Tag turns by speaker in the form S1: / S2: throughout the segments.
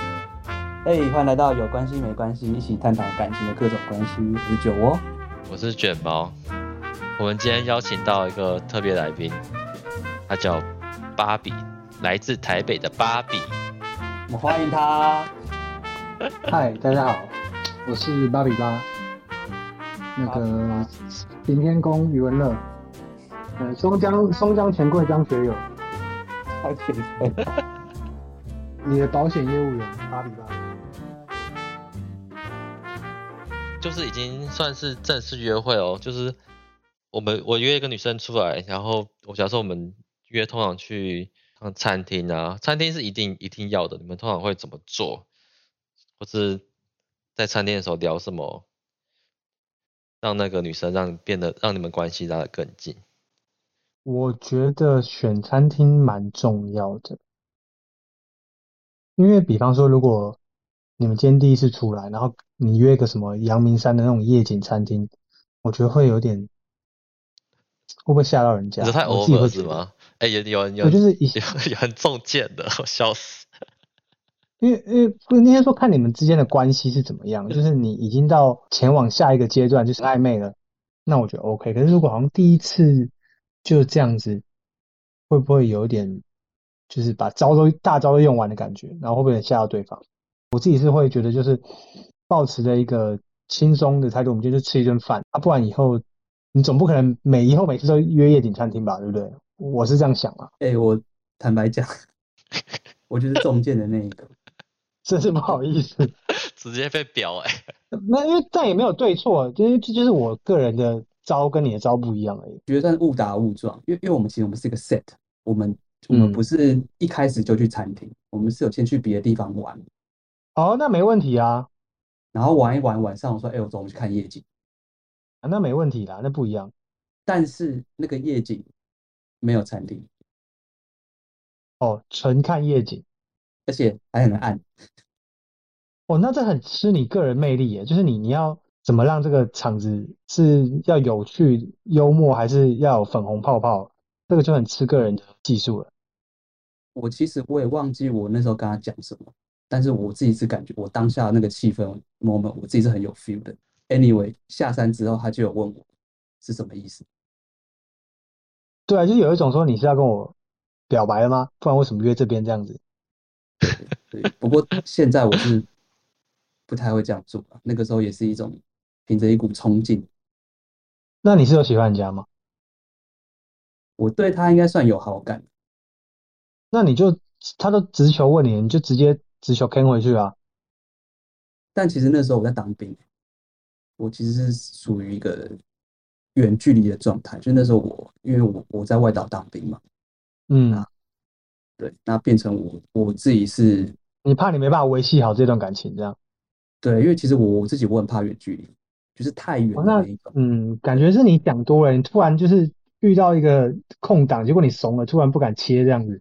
S1: 哎、欢迎来到有关系没关系，一起探讨感情的各种关系。我是酒窝，
S2: 我是卷毛。我们今天邀请到一个特别来宾，他叫芭比，来自台北的芭比。
S1: 我们欢迎他。
S3: 嗨，大家好，我是芭比拉。那
S1: 芭
S3: 个行天宫余文乐，呃，松江松江钱柜张学友，
S1: 好奇怪
S3: 你的保险业务员芭比拉。
S2: 就是已经算是正式约会哦，就是我们我约一个女生出来，然后我假设我们约通常去像餐厅啊，餐厅是一定一定要的，你们通常会怎么做，或是在餐厅的时候聊什么，让那个女生让变得让你们关系拉得更近。
S3: 我觉得选餐厅蛮重要的，因为比方说，如果你们今天第一次出来，然后你约个什么阳明山的那种夜景餐厅，我觉得会有点，会不会吓到人家？
S2: 你说太
S3: 啊我自己
S2: over
S3: 会
S2: 是
S3: 觉得
S2: 吗？哎、有有有
S3: 我就是一
S2: 有 有很中箭的，我笑死。
S3: 因为因为不应该说看你们之间的关系是怎么样，就是你已经到前往下一个阶段，就是暧昧了，那我觉得 OK。可是如果好像第一次就这样子，会不会有点就是把招都大招都用完的感觉，然后会不会吓到对方？我自己是会觉得就是保持着一个轻松的态度，我们今天就吃一顿饭，啊，不然以后你总不可能每以后每次都约夜景餐厅吧，对不对？我是这样想啊，
S1: 哎、我坦白讲，我就是中箭的那一个。
S3: 真是不好意思。
S2: 直接被表哎、
S3: 那因为但也没有对错，就是这就是我个人的招跟你的招不一样而已。
S1: 觉得算误打误撞，因为因为我们其实我们是一个 set，我们我们
S3: 嗯
S1: 不是一开始就去餐厅，我们是有先去别的地方玩，
S3: 哦，那没问题啊，
S1: 然后玩一玩，晚上我说，哎、我走，我们去看夜景。
S3: 啊那没问题啦，那不一样。
S1: 但是那个夜景没有餐厅，
S3: 哦，纯看夜景，
S1: 而且还很暗。
S3: 哦，那这很吃你个人魅力耶，就是你你要怎么让这个场子是要有趣、幽默，还是要有粉红泡泡，这个就很吃个人的技术了。
S1: 我其实我也忘记我那时候跟他讲什么，但是我自己是感觉我当下那个气氛 moment 我自己是很有 feel 的。Anyway，下山之后他就有问我是什么意思，
S3: 对啊，就是有一种说你是要跟我表白了吗？不然为什么约这边这样子？
S1: 对，不过现在我是不太会这样做了，那个时候也是一种凭着一股冲劲，
S3: 那你是有喜欢人家吗？
S1: 我对他应该算有好感，
S3: 那你就他都直球问你，你就直接直球 can 回去啊。
S1: 但其实那时候我在当兵，欸我其实是属于一个远距离的状态，就那时候我因为我我在外岛当兵嘛，
S3: 嗯。
S1: 对，那变成我我自己是
S3: 你怕你没办法维系好这段感情，这样，
S1: 对，因为其实我我自己我很怕远距离，就是太远
S3: 哦
S1: 的
S3: 那
S1: 那一种。
S3: 嗯，感觉是你想多了，你突然就是遇到一个空档，结果你怂了，突然不敢切这样子。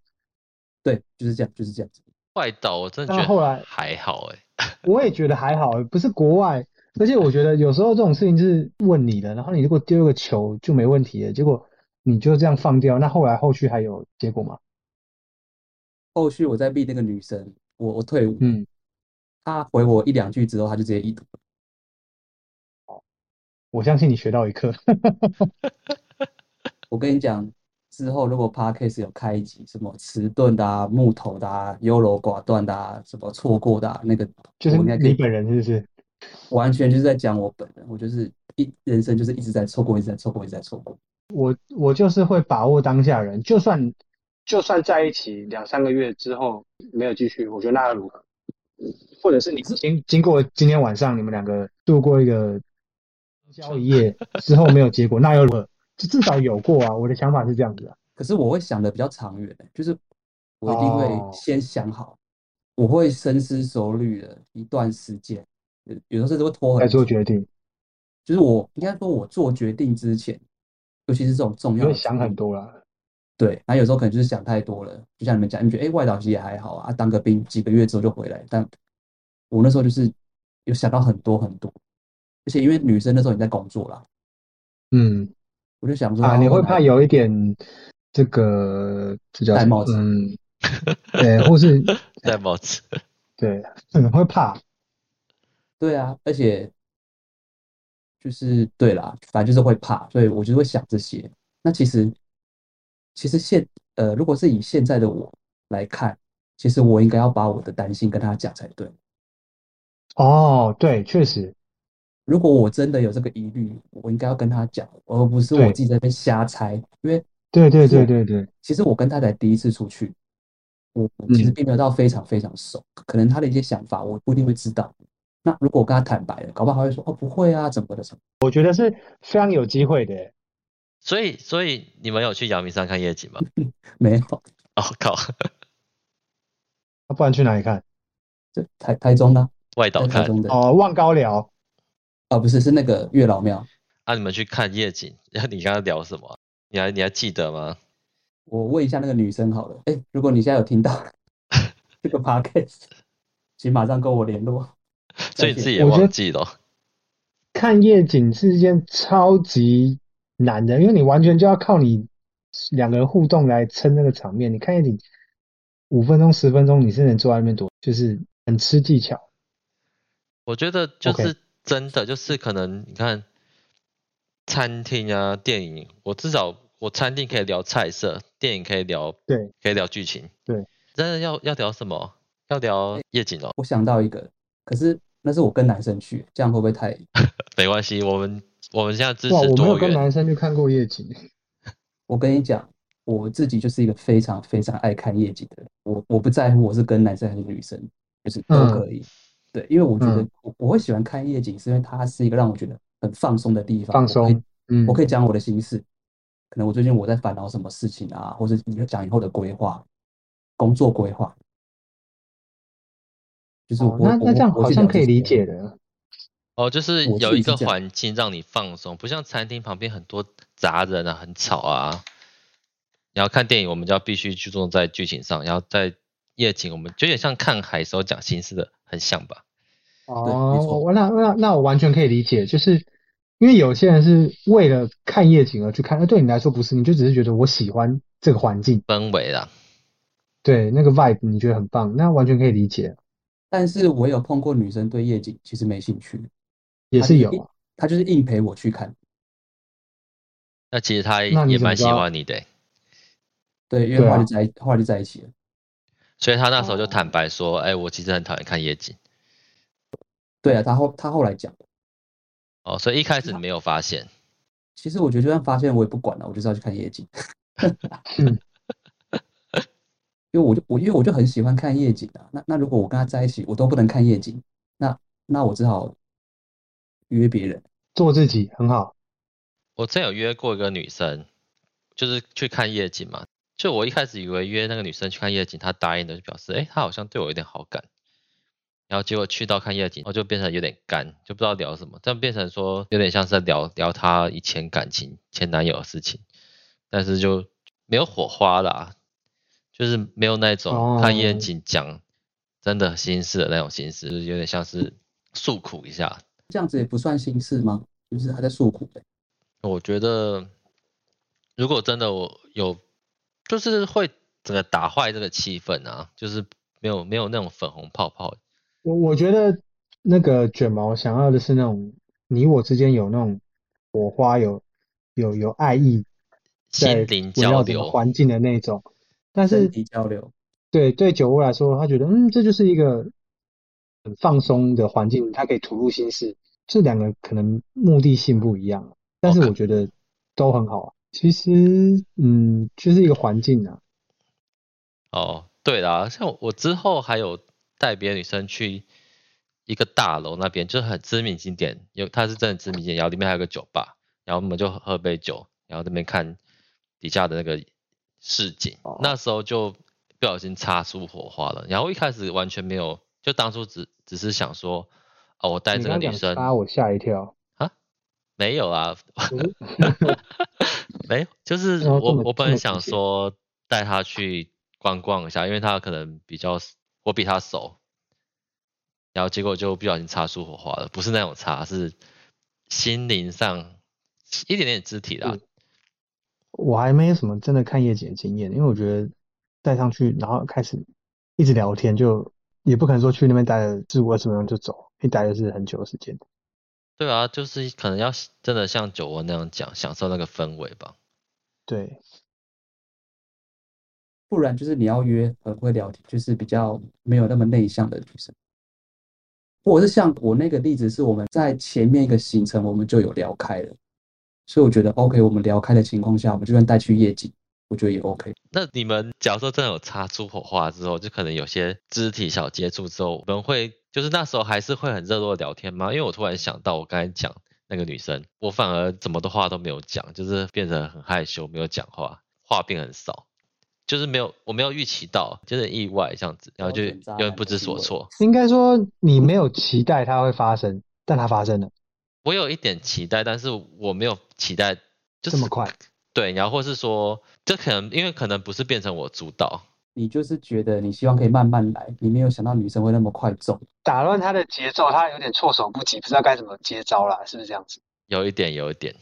S1: 对，就是这样，就是这样子。
S2: 外岛我真的
S3: 但
S2: 觉
S3: 后
S2: 得
S3: 来
S2: 还好哎、
S3: 我也觉得还好，不是国外，而且我觉得有时候这种事情就是问你的，然后你如果丢一个球就没问题了，结果你就这样放掉，那后来后续还有结果吗？
S1: 后续我在避那个女生，我我退伍，
S3: 嗯，
S1: 她回我一两句之后，她就直接已读。
S3: 我相信你学到一课。
S1: 我跟你讲，之后如果 podcast 有开一集，什么迟钝的啊、木头的啊、优柔寡断的啊、什么错过的啊，那个
S3: 就是
S1: 我应该可
S3: 你
S1: 以，
S3: 本人是不是？
S1: 完全就是在讲我本人，我就是一人生就是一直在错过，一直在错过，一直在错过。
S3: 我我就是会把握当下人，就算就算在一起两三个月之后没有继续，我觉得那又如何？或者是你经经过今天晚上你们两个度过一个交一夜之后没有结果，那又如何？就至少有过啊！我的想法是这样子啊。
S1: 可是我会想的比较长远、欸就是我一定
S3: 哦
S1: 会先想好，我会深思熟虑的一段时间，有有时候甚至会拖
S3: 在
S1: 很久
S3: 做。决定，
S1: 就是我应该说，我做决定之前，尤其是这种重
S3: 你
S1: 要
S3: 会
S1: 的
S3: 想
S1: 决
S3: 很
S1: 定，
S3: 多啦。
S1: 对，然后有时候可能就是想太多了，就像你们讲，你觉得哎、诶外岛其实也还好啊，啊当个兵几个月之后就回来，但我那时候就是有想到很多很多，而且因为女生那时候你在工作啦，
S3: 嗯
S1: 我就想说
S3: 啊，
S1: 她
S3: 你会
S1: 哪
S3: 怕有一点这个这叫
S1: 戴
S3: 什么
S1: 帽子
S3: 嗯，对，或是
S2: 戴帽子，
S3: 对， 嗯，会怕，
S1: 对啊，而且就是对啦，反正就是会怕，所以我就会想这些。那其实，其实现呃，如果是以现在的我来看，其实我应该要把我的担心跟他讲才对。
S3: 哦，对，确实，
S1: 如果我真的有这个疑虑，我应该要跟他讲，而不是我
S3: 对
S1: 自己在那边瞎猜。因为
S3: 对对
S1: 是
S3: 对对对，
S1: 其实我跟他才第一次出去，我我其实
S3: 嗯
S1: 并没有到非常非常熟，可能他的一些想法我不一定会知道。那如果我跟他坦白了，搞不好他会说哦不会啊，怎么的什么的。
S3: 我觉得是非常有机会的耶。
S2: 所以，所以你们有去阳明山看夜景吗？
S1: 没有，
S2: 哦靠，
S3: 啊那不然去哪里看？
S1: 这台台中呢、
S2: 外岛
S1: 在台
S2: 看
S1: 中的
S3: 哦，望高寮，
S1: 啊，不是是那个月老庙，
S2: 啊，你们去看夜景， 然后你刚刚聊什么啊？你还你还记得吗？
S1: 我问一下那个女生好了。哎，如果你现在有听 到这个 podcast，请马上跟我联络。
S2: 所
S1: 再
S2: 以你
S1: 见
S2: 自己也
S3: 我觉
S2: 忘
S3: 得
S2: 记了哦。
S3: 看夜景是一件超级难的，因为你完全就要靠你两个人互动来撑那个场面。你看夜景五分钟、十分钟，你是能坐在那边多，就是很吃技巧。
S2: 我觉得就
S3: OK
S2: 是真的，就是可能你看餐厅啊、电影，我至少我餐厅可以聊菜色，电影可以聊
S3: 对，
S2: 可以聊剧情，
S3: 对，
S2: 真的要要聊什么？要聊夜景哦，
S1: 我想到一个，可是那是我跟男生去，这样会不会太？
S2: 没关系，我们我们现在支
S3: 哇，
S2: 持
S3: 我没有
S2: 多
S3: 跟
S2: 元，
S3: 男生去看过夜景，
S1: 我跟你讲，我自己就是一个非常非常爱看夜景的人，我我不在乎我是跟男生还是女生，就是都
S3: 嗯
S1: 可以。对，因为我觉得
S3: 嗯
S1: 我我会喜欢看夜景，是因为它是一个让我觉得很放松的地方，
S3: 放
S1: 我可以
S3: 松。嗯
S1: 我，可以讲我的心事，可能我最近我在烦恼什么事情啊，或者讲以后的规划、工作规划，就是我、
S3: 哦，那
S1: 我
S3: 那这样
S1: 我
S3: 好
S1: 去
S3: 像
S1: 聊
S3: 可
S1: 这
S3: 以理
S1: 些
S3: 解的。
S2: 哦，就是
S1: 我自
S2: 有
S1: 己
S2: 一
S1: 是
S2: 个
S1: 这样
S2: 环境让你放松，不像餐厅旁边很多杂人啊、很吵啊。你要看电影，我们就要必须注重在剧情上，然后在夜景，我们就有点像看海时候讲心事的，很像吧？
S1: 没
S3: 哦，
S1: 错
S3: 我那那那我完全可以理解，就是因为有些人是为了看夜景而去看，那对你来说不是，你就只是觉得我喜欢这个环境，
S2: 氛围啦，
S3: 对那个 vibe 你觉得很棒，那完全可以理解，
S1: 但是我有碰过女生对夜景其实没兴趣，
S3: 也
S1: 她
S3: 是
S1: 就
S3: 有
S1: 硬
S3: 啊。
S1: 她就是硬陪我去看。
S2: 那其实他也
S3: 那你
S2: 也
S3: 怎么
S2: 蛮
S3: 知
S2: 喜
S3: 道
S2: 欢你的欸、
S1: 对，因为
S3: 对
S1: 后来
S3: 啊
S1: 就在一后来就在一起了。
S2: 所以他那时候就
S3: 哦
S2: 坦白说，哎、我其实很讨厌看夜景。
S1: 对啊，她后她后来讲，
S2: 哦，所以一开始你没有发现，
S1: 其实我觉得就算发现我也不管了，我就是要去看夜景。
S3: 嗯
S1: 因为我就我因为我就很喜欢看夜景啊。那那如果我跟他在一起，我都不能看夜景，那那我只好约别人。
S3: 做自己很好，
S2: 我之前有约过一个女生，就是去看夜景嘛。就我一开始以为约那个女生去看夜景，她答应的就表示，哎、她好像对我有点好感。然后结果去到看夜景，然后就变成有点干，就不知道聊什么，但变成说有点像是在聊聊她以前感情、前男友的事情，但是就没有火花啦，就是没有那种看夜
S3: 哦
S2: 景讲真的心事的那种心事，就是有点像是诉苦一下，
S1: 这样子也不算心事吗？就是他在诉苦呗。
S2: 我觉得，如果真的我有，就是会整个打坏这个气氛啊，就是没有没有那种粉红泡泡。
S3: 我我觉得那个卷毛想要的是那种你我之间有那种火花，有有有爱意，在
S2: 心灵
S3: 围
S2: 交
S3: 绕整个
S2: 流
S3: 环境的那种，但
S1: 身
S3: 是。
S1: 体交流，
S3: 对对，酒窝来说，他觉得嗯，这就是一个很放松的环境，他可以吐露心事。这两个可能目的性不一样，但是
S2: OK
S3: 我觉得都很好啊。其实，嗯，就是一个环境啊。
S2: 哦，对啦，像我之后还有带别的女生去一个大楼那边，就是很知名景点，有它是真的知名景点，然后里面还有个酒吧，然后我们就喝喝杯酒，然后那边看底下的那个市景。
S3: 哦
S2: 那时候就不小心擦出火花了，然后一开始完全没有，就当初只只是想说，哦，我带
S3: 你
S2: 这个
S3: 刚
S2: 女
S3: 讲
S2: 生
S3: 杀我吓一跳，
S2: 没有啊，
S3: 我就
S2: 没有，就是
S3: 哦这
S2: 我
S3: 么
S2: 我本
S3: 这
S2: 来
S3: 么
S2: 想
S3: 直接
S2: 说带他去观光一下，因为他可能比较我比他熟，然后结果就不小心擦出火花了，不是那种擦，是心灵上一点点肢体啊啦
S3: 嗯。我还没有什么真的看夜景的经验，因为我觉得带上去，然后开始一直聊天就也不可能说去那边待了十五二十分钟就走，一待就是很久的时间。
S2: 对啊，就是可能要真的像酒窝那样讲，享受那个氛围吧。
S3: 对，
S1: 不然就是你要约很会聊天，就是比较没有那么内向的女生，或者是像我那个例子，是我们在前面一个行程我们就有聊开了，所以我觉得 OK，我们聊开的情况下，我们就算带去夜景，我觉得也 OK。
S2: 那你们假如说真的有擦出火花之后，就可能有些肢体小接触之后，我们会就是那时候还是会很热络的聊天吗？因为我突然想到，我刚才讲那个女生，我反而怎么的话都没有讲，就是变得很害羞，没有讲话，话变很少，就是没有我没有预期到，就是意外这样子，然后就
S1: 然后点
S2: 有
S1: 赞
S2: 点不知所措。
S3: 应该说你没有期待它会发生，但它发生了，
S2: 我有一点期待，但是我没有期待就是
S3: 这么快。
S2: 对，然后或是说，这可能因为可能不是变成我主导，
S1: 你就是觉得你希望可以慢慢来，你没有想到女生会那么快走，
S3: 打乱他的节奏，他有点措手不及，不知道该怎么接招啦，是不是这样子？
S2: 有一点，有一点，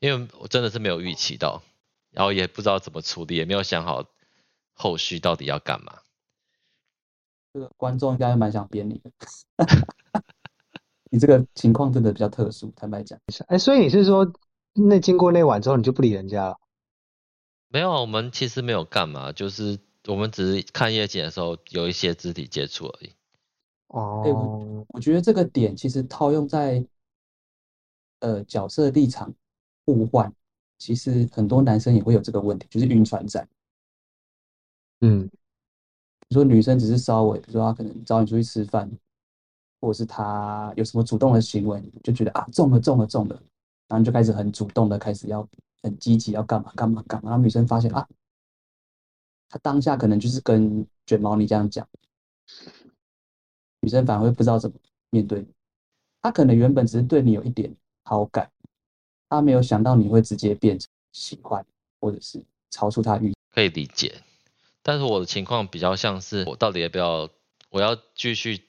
S2: 因为我真的是没有预期到，然后也不知道怎么处理，也没有想好后续到底要干嘛。
S1: 这个观众应该蛮想扁你的。 你这个情况真的比较特殊，坦白讲，
S3: 哎，所以你是说，那经过那晚之后，你就不理人家了？
S2: 没有啊，我们其实没有干嘛，就是我们只是看夜景的时候有一些肢体接触而已。
S3: 哦，
S1: 我觉得这个点其实套用在呃角色立场互换，其实很多男生也会有这个问题，就是晕船仔。
S3: 嗯，
S1: 比如说女生只是稍微，比如说她可能找你出去吃饭，或者是她有什么主动的行为，你就觉得啊中了中了中了，然后你就开始很主动的开始要很积极要干嘛干嘛干嘛，然后女生发现啊，她当下可能就是跟卷毛你这样讲，女生反而会不知道怎么面对你，她可能原本只是对你有一点好感，她没有想到你会直接变成喜欢，或者是超出她预期。
S2: 可以理解。但是我的情况比较像是，我到底要不要，我要继续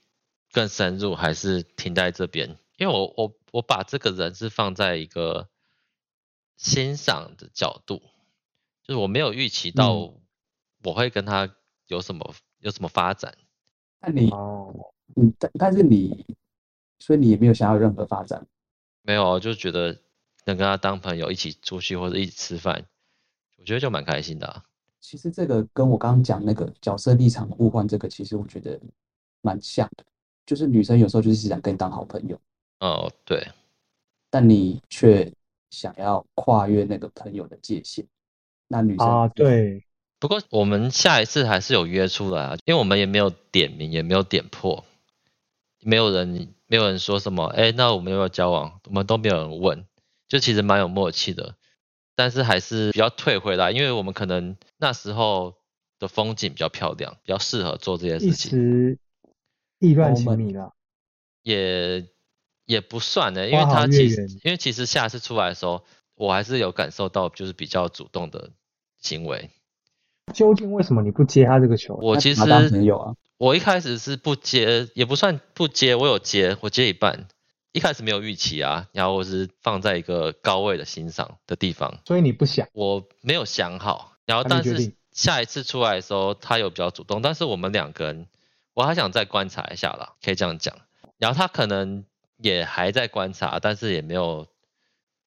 S2: 更深入，还是停在这边？因为我我我把这个人是放在一个欣赏的角度，就是我没有预期到
S1: 嗯
S2: 我会跟他有什么有什么发展。
S1: 那你
S3: 哦，
S1: 嗯，但但是你，所以你也没有想要有任何发展，
S2: 没有啊，就觉得能跟他当朋友，一起出去或者一起吃饭，我觉得就蛮开心的啊、
S1: 其实这个跟我刚刚讲那个角色立场互换这个，其实我觉得蛮像的。就是女生有时候就是想跟你当好朋友，
S2: 哦，对，
S1: 但你却想要跨越那个朋友的界限。那女生
S3: 啊，，对，
S2: 不过我们下一次还是有约出来啊，因为我们也没有点名，也没有点破，没有人没有人说什么，哎，那我们要不要交往？我们都没有人问，就其实蛮有默契的。但是还是比较退回来，因为我们可能那时候的风景比较漂亮，比较适合做这些
S3: 一
S2: 事情，
S3: 时意乱情
S1: Moment
S3: 迷啦。
S2: 也也不算欸呢，因为
S3: 花好
S2: 他
S3: 月
S2: 其实
S3: 圆
S2: 因为其实下次出来的时候，我还是有感受到就是比较主动的行为，
S3: 究竟为什么你不接他这个球？
S2: 我
S1: 那
S2: 其
S1: 怎
S2: 实
S1: 么当朋友啊
S2: 我一开始是不接，也不算不接，我有接，我接一半。一开始没有预期啊，然后我是放在一个高位的欣赏的地方，
S3: 所以你不想
S2: 我没有想好。然后
S3: 还没
S2: 但
S3: 决
S2: 是
S3: 定
S2: 下一次出来的时候，他有比较主动，但是我们两个人，我还想再观察一下啦，可以这样讲。然后他可能也还在观察，但是也没有，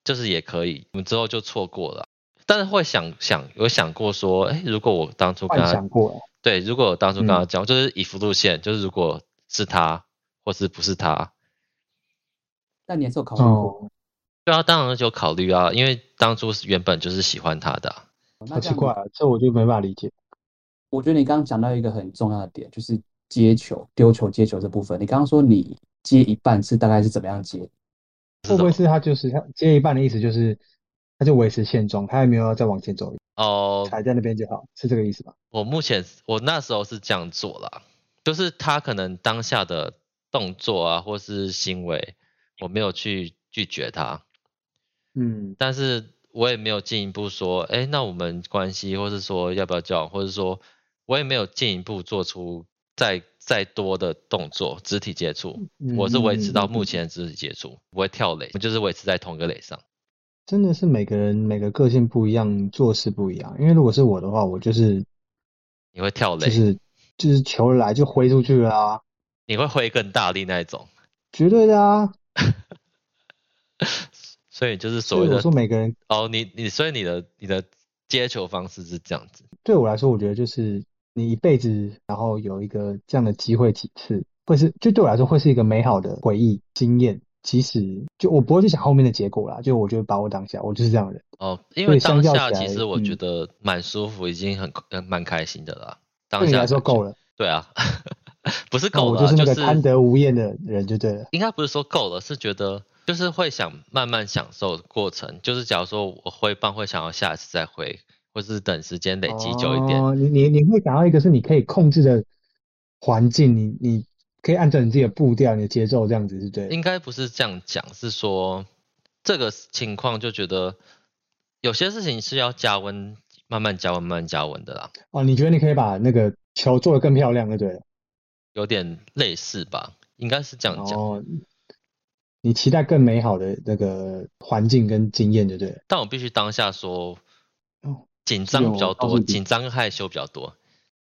S2: 就是也可以，我们之后就错过了。但是会想想有想过说，哎，如果我当初跟
S3: 幻
S2: 他
S3: 想过了？
S2: 对，如果我当初跟
S3: 嗯
S2: 他讲，就是以辅路线，就是如果是他或是不是他，
S1: 但你还是有
S2: 嗯
S1: 考虑过。
S3: 哦，
S2: 对啊，当然就考虑啊，因为当初是原本就是喜欢他的啊、
S1: 那
S3: 好
S1: 这
S3: 奇
S1: 样
S3: 怪，啊，这我就没办法理解。
S1: 我觉得你刚刚讲到一个很重要的点，就是接球、丢球、接球这部分。你刚刚说你接一半是大概是怎么样接？
S2: 是什
S3: 会不会
S2: 么
S3: 是他就是他接一半的意思就是，他就维持现状，他也没有要再往前走，
S2: 哦，
S3: 踩在那边就好，是这个意思吧？
S2: 我目前我那时候是这样做啦，就是他可能当下的动作啊，或是行为，我没有去拒绝他，
S3: 嗯，
S2: 但是我也没有进一步说，哎，那我们关系，或是说要不要交往，或是说我也没有进一步做出再再多的动作，肢体接触，
S1: 嗯
S2: 我是维持到目
S3: 前。
S2: 前的肢体接触，不会跳垒，我就是维持在同一个垒上。
S3: 真的是每个人每个个性不一样，做事不一样。因为如果是我的话，我就是
S2: 你会跳垒，
S3: 就是就是球来就挥出去了啊，
S2: 你会挥更大力那一种，
S3: 绝对的啊。
S2: 所以就是所
S3: 所
S2: 谓
S3: 以我
S2: 的
S3: 说每个人
S2: 哦，你你所以你的你的接球方式是这样子，
S3: 对我来说，我觉得就是你一辈子，然后有一个这样的机会几次，会是就对我来说会是一个美好的回忆经验。即使就我不会去想后面的结果啦，就我觉得把握当下，我就是这样的人。
S2: 哦，因
S3: 所
S2: 为
S3: 以相
S2: 当
S3: 较
S2: 下
S3: 起
S2: 其
S3: 来
S2: 实我觉
S3: 嗯
S2: 得蛮舒服，已经很呃蛮开心的啦。当
S3: 对你
S2: 下
S3: 来说
S2: 感觉
S3: 够了，
S2: 对啊， 不是
S3: 那
S2: 够
S3: 我
S2: 了
S3: 就
S2: 啊，
S3: 是那个
S2: 是
S3: 贪得无厌的人就对了。
S2: 应该不是说够了，是觉得就是会想慢慢享受过程。就是假如说我挥棒会想要下一次再挥，或是等时间累积久一点。
S3: 哦，你你你会想要一个是你可以控制的环境，你你可以按照你自己的步调、你的节奏这样子，是对的。
S2: 应该不是这样讲，是说这个情况就觉得有些事情是要加温，慢慢加温，慢慢加温的啦，
S3: 哦，你觉得你可以把那个球做得更漂亮，就对了。
S2: 有点类似吧，应该是这样讲。
S3: 哦，你期待更美好的那个环境跟经验，就对了。
S2: 但我必须当下说
S3: 哦，
S2: 紧张比较
S3: 我告诉
S2: 多，
S3: 你
S2: 紧张跟害羞比较多。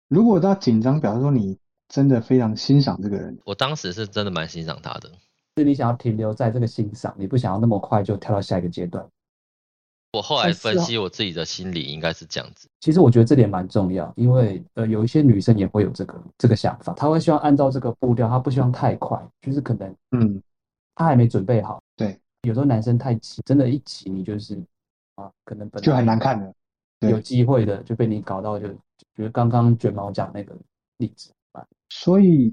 S3: 如果他紧张，表示说你真的非常欣赏这个人。
S2: 我当时是真的蛮欣赏他的。
S1: 是你想要停留在这个欣赏，你不想要那么快就跳到下一个阶段。
S2: 我后
S1: 哎
S2: 来
S1: 是
S2: 分
S1: 哦
S2: 析我自己的心理应该是这样子，
S1: 其实我觉得这点蛮重要，因为呃，有一些女生也会有这个这个想法，她会希望按照这个步调，她不希望太快，就是可能
S3: 嗯，
S1: 她还没准备好。
S3: 对，
S1: 有时候男生太急，真的，一急你就是啊，可能本
S3: 嗯就很
S1: 来
S3: 难看了。对
S1: 有机会的就被你搞到就，就觉得刚刚卷毛讲那个例子吧，
S3: 所以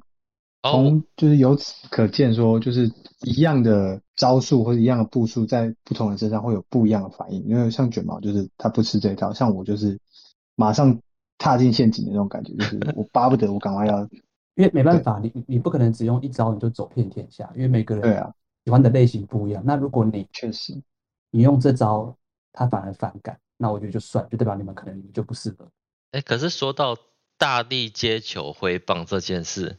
S2: 哦
S3: 从就是由此可见说，就是一样的招数或者一样的步数，在不同人身上会有不一样的反应。因为像卷毛就是他不吃这一套，像我就是马上踏进陷阱的那种感觉，就是我巴不得我赶快要
S1: 因为没办法，你你不可能只用一招你就走遍天下，因为每个
S3: 对
S1: 人
S3: 啊，
S1: 喜欢的类型不一样。那如果你
S3: 确实
S1: 你用这招，他反而反感，那我觉得就算，就代表你们可能你们就不适合。
S2: 哎，可是说到大力接球挥棒这件事，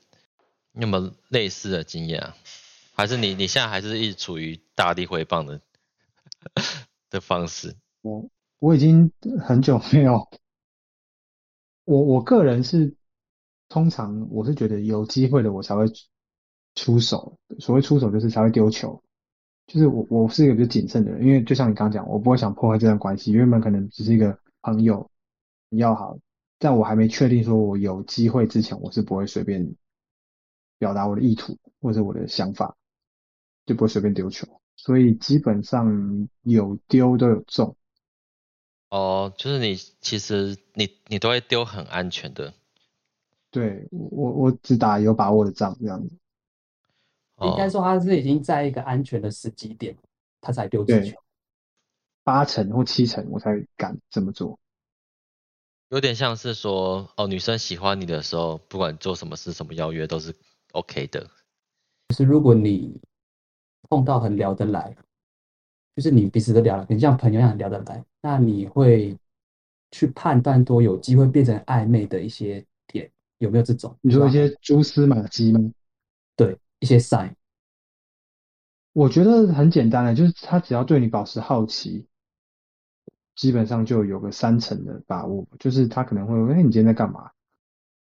S2: 你有没有类似的经验啊？还是你你现在还是一直处于大力挥棒的 的方式？
S3: 我已经很久没有，我我个人是，通常我是觉得有机会的我才会出出手，所谓出手就是才会丢球，就是我我是一个比较谨慎的人，因为就像你刚刚讲，我不会想破坏这段关系，原本可能只是一个朋友，很要好，但我还没确定说我有机会之前，我是不会随便表达我的意图或者我的想法，就不会随便丢球，所以基本上有丢都有中。
S2: 哦，就是你其实你你都会丢很安全的。
S3: 对，我我我只打有把握的仗这样子。
S2: 哦
S1: 应该说他是已经在一个安全的时机点，他才丢进
S3: 对
S1: 球。
S3: 八成或七成我才敢这么做。
S2: 有点像是说，哦，女生喜欢你的时候，不管做什么事、什么邀约都是 OK 的。
S1: 就是如果你碰到很聊得来，就是你彼此都聊得来，很像朋友一样聊得来，那你会去判断多有机会变成暧昧的一些点有没有这种？
S3: 你说一
S1: 对吧
S3: 些蛛丝马迹吗？
S1: 对一些 sign，
S3: 我觉得很简单的，就是他只要对你保持好奇，基本上就有个三成的把握。就是他可能会问，哎，你今天在干嘛？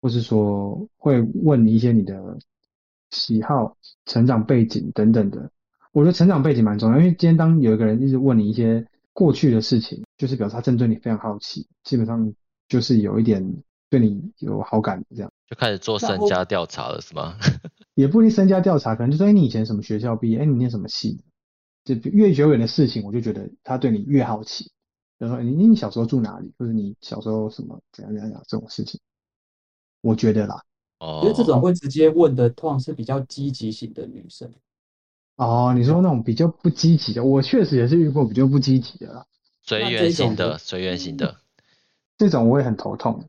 S3: 或是说会问你一些你的喜好、成长背景等等的。我觉得成长背景蛮重要，因为今天当有一个人一直问你一些过去的事情，就是表示他真的对你非常好奇，基本上就是有一点对你有好感这样。
S2: 就开始做
S1: 那
S2: 身
S1: 我
S2: 家调查了，是吗？
S3: 也不一定身家调查，可能就说，哎，你以前什么学校毕业？哎，你念什么系？就越久远的事情，我就觉得他对你越好奇。比如说，哎你你小时候住哪里，或者你小时候什么怎样怎样怎样这种事情，我觉得啦。
S2: 哦，
S1: 因为这种会直接问的，通常是比较积极型的女生。
S3: 哦，你说那种比较不积极的，我确实也是遇过比较不积极的啦，
S2: 随
S1: 那
S2: 缘
S1: 这
S2: 型
S1: 种
S2: 的，
S1: 的
S2: 随缘型的。
S3: 这种我也很头痛。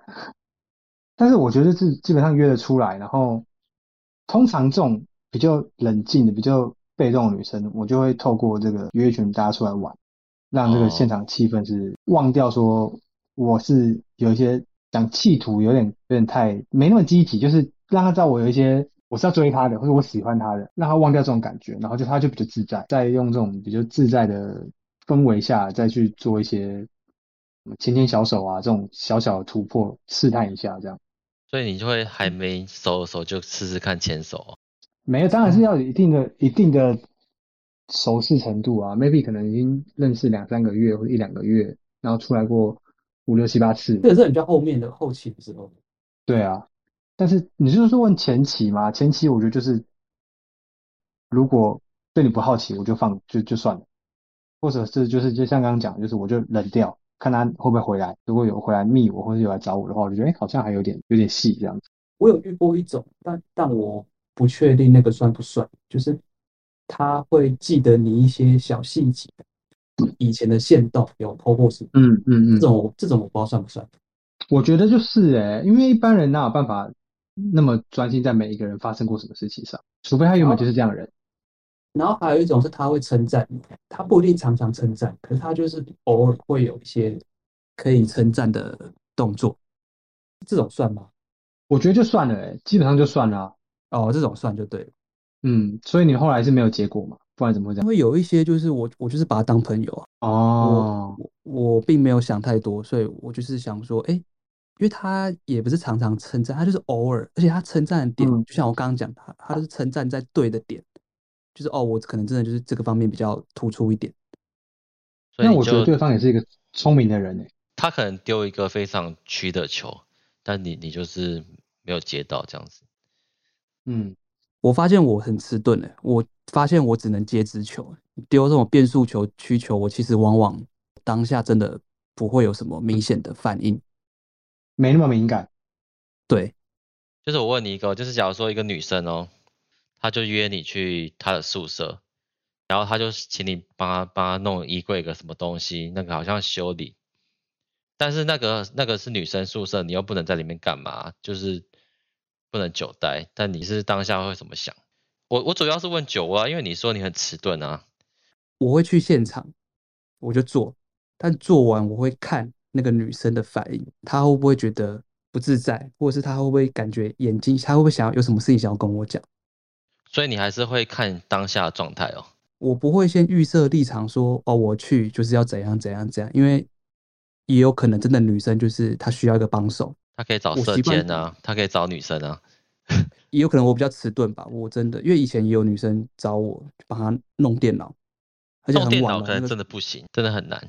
S3: 但是我觉得这基本上约得出来，然后通常这种比较冷静的、比较被动的女生，我就会透过这个约群大家出来玩，让这
S2: 哦
S3: 个现场气氛是忘掉说我是有一些讲企图有点有点太没那么积极，就是让他知道我有一些我是要追他的，或者我喜欢他的，让他忘掉这种感觉，然后就他就比较自在，再用这种比较自在的氛围下再去做一些。什么牵牵小手啊，这种小小的突破，试探一下这样。
S2: 所以你就会还没熟的时候就试试看牵手哦。
S3: 没有，当然是要有一定的、一定的熟识程度啊。Maybe 可能已经认识两三个月或者一两个月，然后出来过五六七八次。
S1: 这个是你比较后面的后期的时候，
S3: 对啊，但是你就是说问前期嘛？前期我觉得就是，如果对你不好奇，我就放就就算了，或者是就是就像刚刚讲的，就是我就冷掉，看他会不会回来。如果有回来密我，或者有来找我的话，我就觉得哎、诶好像还有点有点戏这样子。
S1: 我有遇过一种，但但我不确定那个算不算，就是他会记得你一些小细节，以前的线动有 PO 过什么，
S3: 嗯嗯
S1: 这种我这种我不知道算不算。
S3: 我觉得就是诶、因为一般人哪有办法那么专心在每一个人发生过什么事情上，除非他原本就是这样的人。
S1: 然后还有一种是他会称赞你，他不一定常常称赞，可是他就是偶尔会有一些可以称赞的动作，这种算吗？
S3: 我觉得就算了、诶，基本上就算了啊、
S1: 哦，这种算就对了。
S3: 嗯，所以你后来是没有结果嘛？不然怎么会这
S1: 因
S3: 样？
S1: 为有一些就是我我就是把他当朋友啊，
S3: 哦，
S1: 我我并没有想太多，所以我就是想说，哎、因为他也不是常常称赞，他就是偶尔，而且他称赞的点，
S3: 嗯
S1: 就像我刚刚讲，他他都是称赞在对的点，就是哦，我可能真的就是这个方面比较突出一点。
S2: 所以
S3: 那
S2: 你
S3: 我觉得
S2: 就
S3: 对方也是一个聪明的人欸诶、
S2: 他可能丢一个非常曲的球，但你你就是没有接到这样子。
S3: 嗯，
S1: 我发现我很迟钝了，我发现我只能接直球，丢这种变速球、曲球，我其实往往当下真的不会有什么明显的反应。
S3: 没那么敏感。
S1: 对，
S2: 就是我问你一个，就是假如说一个女生哦，她就约你去她的宿舍，然后她就请你帮她帮她弄衣柜个什么东西，那个好像修理，但是那个那个是女生宿舍，你又不能在里面干嘛，就是不能久待。但你是当下会怎么想？我我主要是问酒啊，因为你说你很迟钝啊，
S1: 我会去现场，我就做，但做完我会看那个女生的反应，她会不会觉得不自在，或者是她会不会感觉眼睛，她会不会想要有什么事情想要跟我讲？
S2: 所以你还是会看当下的状态哦。
S1: 我不会先预设立场说哦，我去就是要怎样怎样怎样，因为也有可能真的女生就是她需要一个帮手，
S2: 她可以找
S1: 我
S2: 射
S1: 习惯
S2: 箭啊，她可以找女生啊。
S1: 也有可能我比较迟钝吧，我真的，因为以前也有女生找我帮她弄电脑，而且
S2: 弄
S1: 很
S2: 电
S1: 晚
S2: 脑
S1: 了，
S2: 可
S1: 那
S2: 能
S1: 个
S2: 真的不行，真的很难。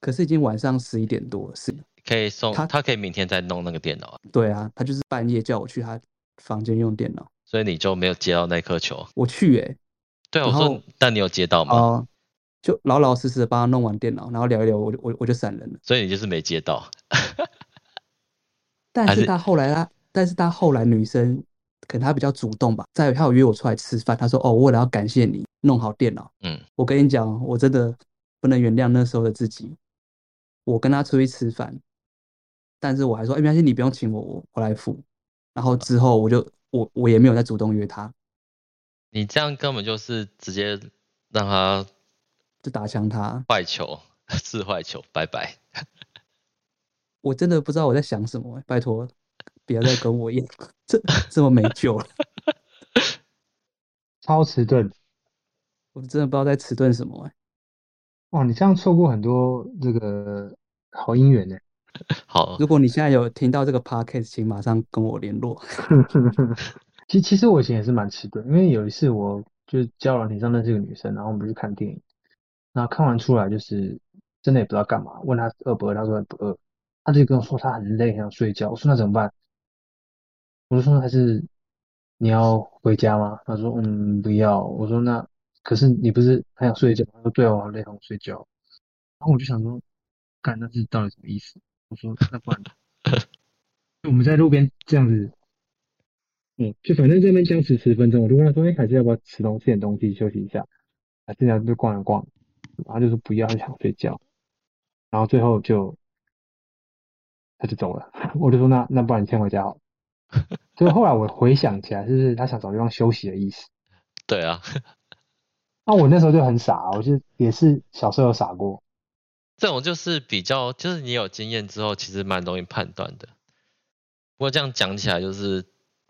S1: 可是已经晚上十一点多了，是，
S2: 可以送
S1: 他
S2: 他可以明天再弄那个电脑啊，
S1: 对啊，她就是半夜叫我去她房间用电脑，
S2: 所以你就没有接到那颗球。
S1: 我去欸诶、
S2: 对啊，我
S1: 然
S2: 说
S1: 后，
S2: 但你有接到
S1: 哦、
S2: 吗？
S1: 就老老实实的帮她弄完电脑，然后聊一聊，我就我我就闪人了。
S2: 所以你就是没接到，
S1: 但
S2: 还
S1: 是
S2: 是
S1: 她后来她，但是她后来女生可能她比较主动吧，再有她有约我出来吃饭，她说哦，我为了要感谢你弄好电脑，
S2: 嗯，
S1: 我跟你讲，我真的不能原谅那时候的自己。我跟他出去吃饭，但是我还说，哎、没关系，你不用请我，我我来付。然后之后我就我我也没有再主动约他，
S2: 你这样根本就是直接让他
S1: 就打枪他。
S2: 坏球， 是坏球，拜拜。
S1: 我真的不知道我在想什么、欸拜托，不要再跟我一样，这这么没救了。
S3: 超迟钝。
S1: 我真的不知道在迟钝什么、欸。
S3: 哇，你这样错过很多这个好姻缘呢。欸
S2: 好，
S1: 如果你现在有听到这个 podcast，请马上跟我联络。
S3: 其其实我以前也是蛮迟钝，因为有一次我就交友软体上认识一个女生，然后我们就去看电影，然后看完出来就是真的也不知道干嘛，问她饿不饿，她说不饿，她就跟我说她很累，很想睡觉。我说那怎么办？我就说还是你要回家吗？她说嗯不要。我说那可是你不是很想睡觉吗？她说对啊，我好累，很想睡觉。然后我就想说，干那是到底什么意思？我说那不然我们在路边这样子。嗯，就反正这边僵持十分钟，我就问他说：“哎、还是要不要吃东西、点东西休息一下？还是要就逛一逛？”然后他就说不要，他想睡觉。然后最后就他就走了， 我就说那那不然你先回家好了。所以后来我回想起来，就是他想找地方休息的意思。
S2: 对啊，
S3: 那、我那时候就很傻，啊我就也是小时候有傻过。
S2: 这种就是比较，就是你有经验之后，其实蛮容易判断的。不过这样讲起来，就是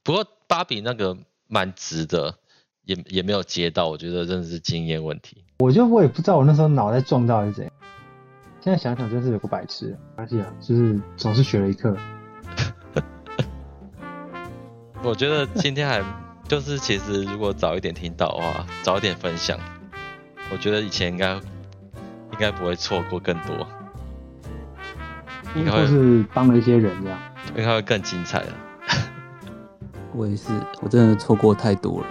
S2: 不过芭比那个蛮值得，也也没有接到，我觉得真的是经验问题。
S3: 我就我也不知道我那时候脑袋撞到还是怎样。啊现在想想真是有个白痴，而且就是总是学了一课。
S2: 我觉得今天还就是，其实如果早一点听到的话，早一点分享，我觉得以前应该应该不会错过更多，应该
S3: 或
S2: 会
S3: 是帮了一些人这样。
S2: 应该会更精彩了。
S1: 我也是，我真的错过太多了。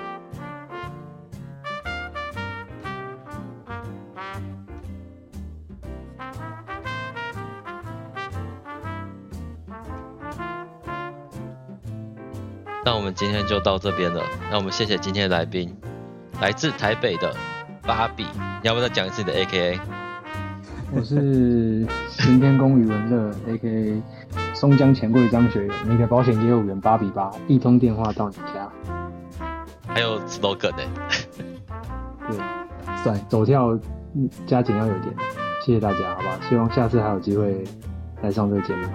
S2: 那我们今天就到这边了。那我们谢谢今天的来宾，来自台北的芭比，你要不要再讲一次你的 A K A？
S3: 我是行天宫宇文乐，A.K.A. 松江钱柜张学友，你的保险业务员八比八，一通电话到你家，
S2: 还有 slogan 呢、
S3: 对，
S1: 算了，
S3: 走跳嗯加减要有点，谢谢大家，好不好？希望下次还有机会来上这个节目，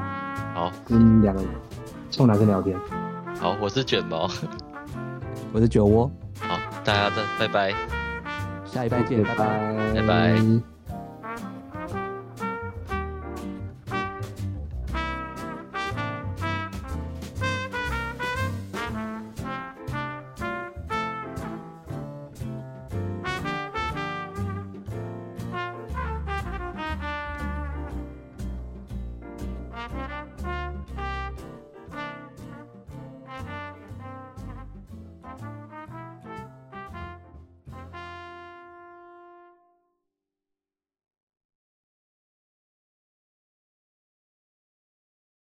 S2: 好
S3: 跟两个臭男生聊天，
S2: 好，我是卷毛，
S1: 我是酒窝，
S2: 好，大家再拜拜。
S1: 下一拜见，拜拜。
S2: 拜拜
S3: 拜